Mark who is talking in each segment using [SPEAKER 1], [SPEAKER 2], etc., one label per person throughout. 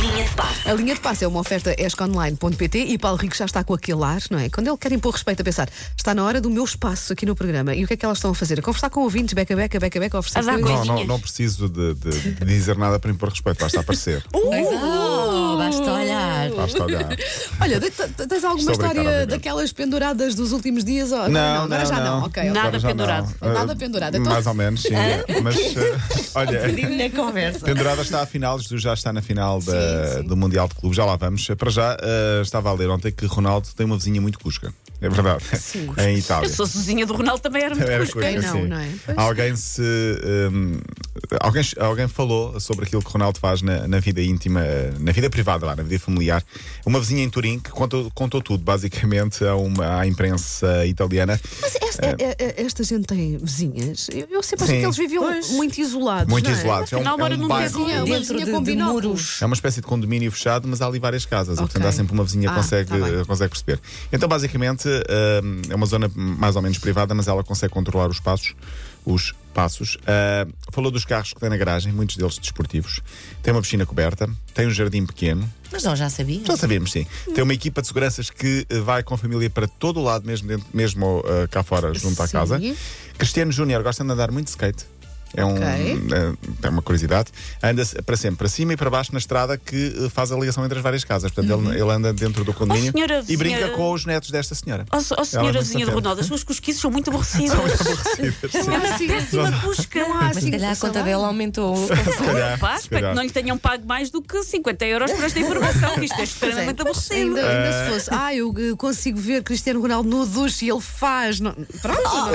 [SPEAKER 1] A linha de passe é uma oferta esconline.pt e Paulo Rico já está com aquele ar, não é? Quando ele quer impor respeito a pensar, está na hora do meu espaço aqui no programa. E o que é que elas estão a fazer? A conversar com ouvintes, beca, beca, beca, beca, a oferecer
[SPEAKER 2] A dar
[SPEAKER 1] coisas.
[SPEAKER 2] coisas.
[SPEAKER 3] Não, não, não preciso de, de- de dizer nada para impor respeito, basta aparecer.
[SPEAKER 1] Uh. é.
[SPEAKER 2] Oh, basta olhar.
[SPEAKER 3] Basta olhar.
[SPEAKER 1] Olha, de- te- tens alguma
[SPEAKER 3] Estou a brincar,
[SPEAKER 1] história
[SPEAKER 3] obviamente.
[SPEAKER 1] daquelas penduradas dos últimos dias? Ou- agora já não. Ok, ok.
[SPEAKER 2] Nada
[SPEAKER 3] Agora já não.
[SPEAKER 2] pendurado.
[SPEAKER 3] Ah,
[SPEAKER 1] Nada pendurado. Então-
[SPEAKER 3] Mais ou menos, sim. é. Mas, ah, olha,
[SPEAKER 2] Na conversa.
[SPEAKER 3] pendurada está à final, Jesus já está na final da-
[SPEAKER 1] Sim, sim.
[SPEAKER 3] do Mundial de Clubes, já lá vamos. Para já, ah, estava a ler ontem que Ronaldo tem uma vizinha muito cusca. É verdade.
[SPEAKER 1] Sim.
[SPEAKER 3] em
[SPEAKER 2] Eu
[SPEAKER 3] Itália.
[SPEAKER 2] sou sozinha do Ronaldo também era muito
[SPEAKER 3] Era
[SPEAKER 2] cusca.
[SPEAKER 3] cusca,
[SPEAKER 1] quem não,
[SPEAKER 3] sim.
[SPEAKER 1] não é? Pois.
[SPEAKER 3] Alguém se. hum, alguém, alguém falou sobre aquilo que Ronaldo faz na, na vida íntima, na vida privada, lá, na vida familiar. Uma vizinha em Turim que contou, contou tudo, basicamente, a uma, à imprensa italiana.
[SPEAKER 1] Mas esta, é- é- esta gente tem vizinhas. Eu, eu sempre achei
[SPEAKER 3] Sim.
[SPEAKER 1] que eles viviam muito isolados.
[SPEAKER 3] Muito
[SPEAKER 1] não é?
[SPEAKER 3] isolados. É um,
[SPEAKER 2] Afinal,
[SPEAKER 3] é
[SPEAKER 2] mora
[SPEAKER 3] um
[SPEAKER 2] num
[SPEAKER 3] bairro.
[SPEAKER 2] vizinho,
[SPEAKER 1] Uma
[SPEAKER 2] Dentro
[SPEAKER 1] vizinha
[SPEAKER 2] de-
[SPEAKER 1] com
[SPEAKER 2] de
[SPEAKER 1] binóculos.
[SPEAKER 2] muros.
[SPEAKER 3] É uma espécie de condomínio fechado, mas há ali várias casas, e,
[SPEAKER 1] Ok.
[SPEAKER 3] portanto há sempre uma vizinha
[SPEAKER 1] Ah,
[SPEAKER 3] que consegue,
[SPEAKER 1] tá bem.
[SPEAKER 3] eh, consegue perceber. Então, basicamente, hum, é uma zona mais ou menos privada, mas ela consegue controlar os passos. Os passos. Ah, falou dos carros que tem na garagem, muitos deles desportivos. Tem uma piscina coberta, tem um jardim pequeno.
[SPEAKER 4] Mas nós já sabíamos.
[SPEAKER 3] Já sabíamos, sim. Tem uma equipa de seguranças que eh, vai com a família para todo o lado, mesmo, dentro, mesmo eh, cá fora, junto à
[SPEAKER 1] Sim.
[SPEAKER 3] casa. Cristiano Júnior gosta de andar muito de skate. É, um, eh, é uma curiosidade. Anda para sempre, para cima e para baixo na estrada que eh, faz a ligação entre as várias casas. Portanto, ele, ele anda dentro do condomínio
[SPEAKER 2] senhora
[SPEAKER 3] e brinca
[SPEAKER 2] vizinha-
[SPEAKER 3] com os netos desta senhora. é
[SPEAKER 2] Ó, oh, senhora
[SPEAKER 3] muito
[SPEAKER 2] vizinha do
[SPEAKER 3] atenta.
[SPEAKER 2] Ronaldo, as suas cosquices são muito aborrecidas.
[SPEAKER 1] Não há assim-
[SPEAKER 2] Péssima cusca.
[SPEAKER 4] Mas se calhar a conta dela aumentou.
[SPEAKER 3] calhar,
[SPEAKER 2] Pá,
[SPEAKER 3] se
[SPEAKER 2] espero que
[SPEAKER 3] calhar.
[SPEAKER 2] não lhe tenham pago mais do que 50 euros por esta informação, que isto é extremamente aborrecido.
[SPEAKER 1] Ainda,
[SPEAKER 3] É.
[SPEAKER 1] ainda se fosse, ah, eu eh, consigo ver Cristiano Ronaldo no duche e ele faz. não- Pronto, não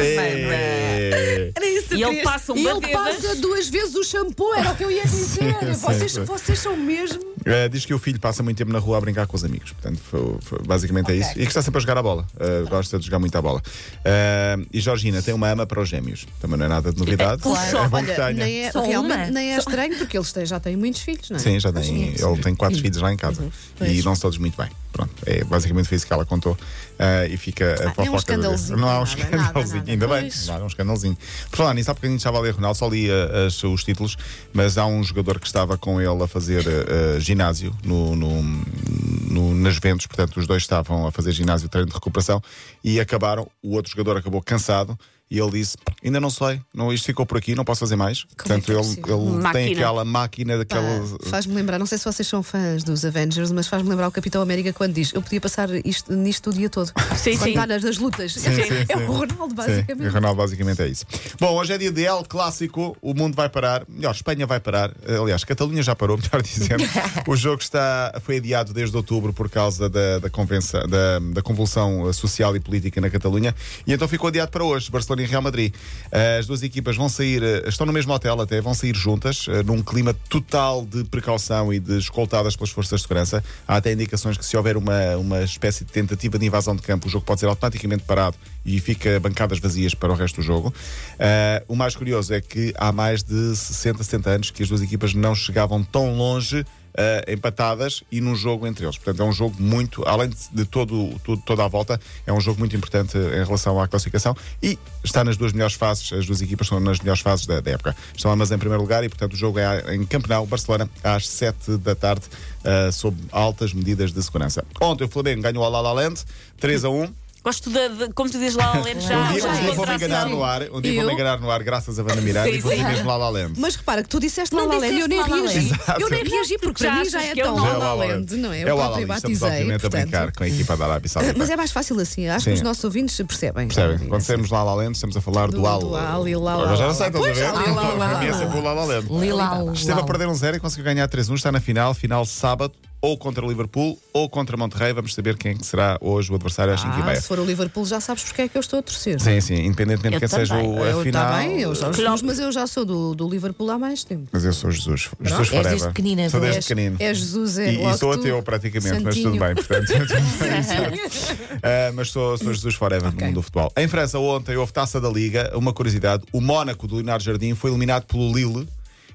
[SPEAKER 3] É.
[SPEAKER 4] Ah, Era isso
[SPEAKER 2] E ele passa um
[SPEAKER 1] E ele
[SPEAKER 2] barbevas.
[SPEAKER 1] passa duas vezes o shampoo, era o que eu ia dizer.
[SPEAKER 3] Sim, sim,
[SPEAKER 1] vocês,
[SPEAKER 3] sim.
[SPEAKER 1] vocês são mesmo.
[SPEAKER 3] Eh, diz que o filho passa muito tempo na rua a brincar com os amigos. Portanto, foi- foi- basicamente é isso. E que está sempre a jogar a bola. Eh, gosta de jogar muito a bola. Eh, e Georgina tem uma ama para os gêmeos. Também não é nada de novidade.
[SPEAKER 4] claro.
[SPEAKER 3] É bom que
[SPEAKER 1] Olha,
[SPEAKER 3] tenha.
[SPEAKER 1] nem é,
[SPEAKER 4] Só
[SPEAKER 1] realmente
[SPEAKER 4] uma?
[SPEAKER 1] nem é estranho porque eles têm- já têm muitos filhos, não é?
[SPEAKER 3] Sim, já tem. Ele tem quatro filhos lá em casa. E não se todos muito bem. Pronto, é basicamente foi isso que ela contou. Ah, e fica a
[SPEAKER 1] Ah, não é um
[SPEAKER 3] fofoca. do-
[SPEAKER 1] escandalzinho,
[SPEAKER 3] Não há um
[SPEAKER 1] nada, nada,
[SPEAKER 3] escandalzinho.
[SPEAKER 1] nada.
[SPEAKER 3] Ainda bem,
[SPEAKER 1] Pois.
[SPEAKER 3] não há um escandalzinho. Por falar nisso, há bocadinho estava a ler Ronaldo, só li ah, as- os títulos, mas há um jogador que estava com ele a fazer ah, ah, ginásio no. no no, nas Juventus, portanto, os dois estavam a fazer ginásio, treino de recuperação e acabaram. O outro jogador acabou cansado e ele disse: Ainda não sei, não, isto ficou por aqui, não posso fazer mais.
[SPEAKER 1] Como é que
[SPEAKER 3] portanto,
[SPEAKER 1] é
[SPEAKER 3] ele,
[SPEAKER 1] possível?
[SPEAKER 3] ele tem
[SPEAKER 2] Máquina.
[SPEAKER 3] aquela máquina
[SPEAKER 1] Pá,
[SPEAKER 3] daquela.
[SPEAKER 1] Faz-me lembrar, não sei se vocês são fãs dos Avengers, mas faz-me lembrar o Capitão América quando diz: Eu podia passar isto, nisto o dia todo.
[SPEAKER 2] Sim,
[SPEAKER 1] quando
[SPEAKER 2] sim.
[SPEAKER 1] está nas das lutas.
[SPEAKER 3] Sim, sim,
[SPEAKER 1] é
[SPEAKER 3] sim.
[SPEAKER 1] o Ronaldo,
[SPEAKER 3] Sim, o
[SPEAKER 1] basicamente.
[SPEAKER 3] Ronaldo basicamente é isso. Bom, hoje é dia de El Clássico, o mundo vai parar, melhor, Espanha vai parar, aliás, Catalunha já parou, melhor dizendo. o jogo está, foi adiado desde outubro por causa da, da, convença- da, da convulsão eh, social e política na Catalunha e então ficou adiado para hoje, Barcelona e Real Madrid. Eh, As duas equipas vão sair, eh, estão no mesmo hotel até, vão sair juntas, eh, num clima total de precaução e de escoltadas pelas forças de segurança. Há até indicações que se houver uma, uma espécie de tentativa de invasão de campo, o jogo pode ser automaticamente parado e fica bancadas vazias para o resto do jogo. Ah, o mais curioso é que há mais de 60, 70 anos que as duas equipas não chegavam tão longe ah, empatadas e num jogo entre eles. Portanto, é um jogo muito, além de, de todo, tudo- toda a volta, é um jogo muito importante eh, em relação à classificação e está nas duas melhores fases, as duas equipas estão nas melhores fases da, da época. Estão ambas em primeiro lugar e, portanto, o jogo é em Campeonato, Barcelona, às 7 da tarde, ah, sob altas medidas de segurança. Ontem o Flamengo ganhou ao La La Land 3 a 1.
[SPEAKER 2] Gosto de, de- como tu dizes lá, Alene, já.
[SPEAKER 3] Um dia,
[SPEAKER 2] já
[SPEAKER 3] um dia
[SPEAKER 2] é
[SPEAKER 3] vou me
[SPEAKER 2] contração.
[SPEAKER 3] enganar no ar, um dia vou
[SPEAKER 1] Eu?
[SPEAKER 3] me enganar no ar, graças a Vanda Miranda,
[SPEAKER 2] Sim,
[SPEAKER 3] e vou dizer
[SPEAKER 2] sim.
[SPEAKER 3] mesmo La La Land.
[SPEAKER 1] Mas repara que tu disseste
[SPEAKER 4] Não
[SPEAKER 1] La La Land e eu
[SPEAKER 4] disseste
[SPEAKER 1] nem
[SPEAKER 4] La La Land.
[SPEAKER 1] reagi. Eu nem reagi porque
[SPEAKER 2] Porque
[SPEAKER 1] para
[SPEAKER 2] já
[SPEAKER 1] mim já é
[SPEAKER 2] achas que é
[SPEAKER 1] tão
[SPEAKER 2] o
[SPEAKER 1] La
[SPEAKER 2] La
[SPEAKER 1] La Land, não é?
[SPEAKER 3] É
[SPEAKER 1] Eu
[SPEAKER 3] o La La
[SPEAKER 1] próprio
[SPEAKER 3] Land, estamos
[SPEAKER 1] batizei.
[SPEAKER 3] obviamente a brincar
[SPEAKER 1] portanto.
[SPEAKER 3] com a equipa da Arábia Saudita.
[SPEAKER 1] Mas é mais fácil assim, acho
[SPEAKER 3] Sim.
[SPEAKER 1] que os nossos ouvintes percebem.
[SPEAKER 3] Percebem? Quando dissemos lá La Land, estamos a falar do,
[SPEAKER 1] Do-
[SPEAKER 3] Al.
[SPEAKER 1] do Al e Lá, Lá,
[SPEAKER 3] Agora já
[SPEAKER 1] Lá,
[SPEAKER 3] não sei, estás a
[SPEAKER 1] Pois, Lá, Lá,
[SPEAKER 3] ver?
[SPEAKER 1] Lá, Lá.
[SPEAKER 3] Para mim é sempre o Lá La Land.
[SPEAKER 4] Lilau.
[SPEAKER 3] Esteve a perder um zero e conseguiu ganhar 3-1. Está na final, final sábado, ou contra o Liverpool ou contra Monterrey. Vamos saber quem é que será hoje o adversário às 5h30.
[SPEAKER 1] Ah, se for o Liverpool, já sabes porque é que eu estou a torcer.
[SPEAKER 3] Sim, sim, independentemente de
[SPEAKER 2] Eu
[SPEAKER 3] quem seja
[SPEAKER 2] também.
[SPEAKER 3] o a
[SPEAKER 1] Eu,
[SPEAKER 3] final.
[SPEAKER 1] tá bem, eu já Jesus, mas eu já sou do, do Liverpool há mais tempo.
[SPEAKER 3] Mas eu sou Jesus. Jesus
[SPEAKER 4] és
[SPEAKER 3] forever.
[SPEAKER 4] desde pequenina,
[SPEAKER 3] sou
[SPEAKER 4] tu
[SPEAKER 3] desde
[SPEAKER 1] és-
[SPEAKER 3] pequenino.
[SPEAKER 1] és Jesus, é
[SPEAKER 3] E, e
[SPEAKER 1] logo
[SPEAKER 3] sou
[SPEAKER 1] tu,
[SPEAKER 3] ateu
[SPEAKER 1] santinho.
[SPEAKER 3] praticamente, mas tudo bem. Portanto, Ah, mas sou, sou Jesus forever
[SPEAKER 1] Ok.
[SPEAKER 3] no mundo do futebol. Em França, ontem houve taça da Liga. Uma curiosidade: o Mónaco do Leonardo Jardim foi eliminado pelo Lille.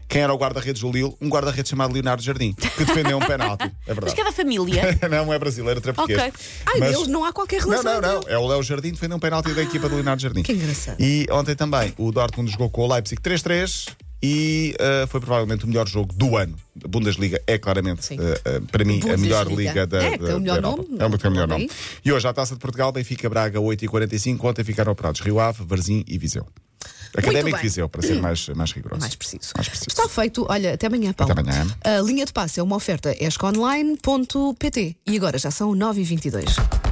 [SPEAKER 3] Quem era o guarda-redes do Lille? Um guarda-redes chamado Leonardo Jardim, que defendeu um penalti. É
[SPEAKER 2] Mas
[SPEAKER 3] verdade.
[SPEAKER 2] cada família.
[SPEAKER 3] Não é brasileiro, é português.
[SPEAKER 2] Ok.
[SPEAKER 1] Ai,
[SPEAKER 3] Mas-
[SPEAKER 1] Deus, não há qualquer
[SPEAKER 3] não,
[SPEAKER 1] relação.
[SPEAKER 3] não,
[SPEAKER 1] entre
[SPEAKER 3] não. É o Léo Jardim defendeu um penalti da equipa do Leonardo Jardim.
[SPEAKER 1] que engraçado.
[SPEAKER 3] E ontem também o Dortmund jogou com o Leipzig 3-3. e eh, foi provavelmente o melhor jogo do ano. A Bundesliga é claramente,
[SPEAKER 1] Sim.
[SPEAKER 3] eh, eh, para mim, a melhor
[SPEAKER 1] Bundesliga.
[SPEAKER 3] liga da,
[SPEAKER 1] É,
[SPEAKER 3] da-
[SPEAKER 1] tem o
[SPEAKER 3] da
[SPEAKER 1] melhor
[SPEAKER 3] Europa.
[SPEAKER 1] nome,
[SPEAKER 3] É o
[SPEAKER 1] não é?
[SPEAKER 3] tem o melhor
[SPEAKER 1] Também.
[SPEAKER 3] nome. E hoje, à Taça de Portugal, Benfica, Braga, 8h45. Ontem ficaram operados Rio Ave, Varzim e Viseu. Académico
[SPEAKER 1] bem.
[SPEAKER 3] Viseu, para ser mais, mais rigoroso.
[SPEAKER 1] Mais preciso.
[SPEAKER 3] Mais preciso.
[SPEAKER 1] Está feito. Olha, até amanhã, Paulo.
[SPEAKER 3] Até amanhã.
[SPEAKER 1] A linha de passe é uma oferta esconline.pt. E agora já são 9h22.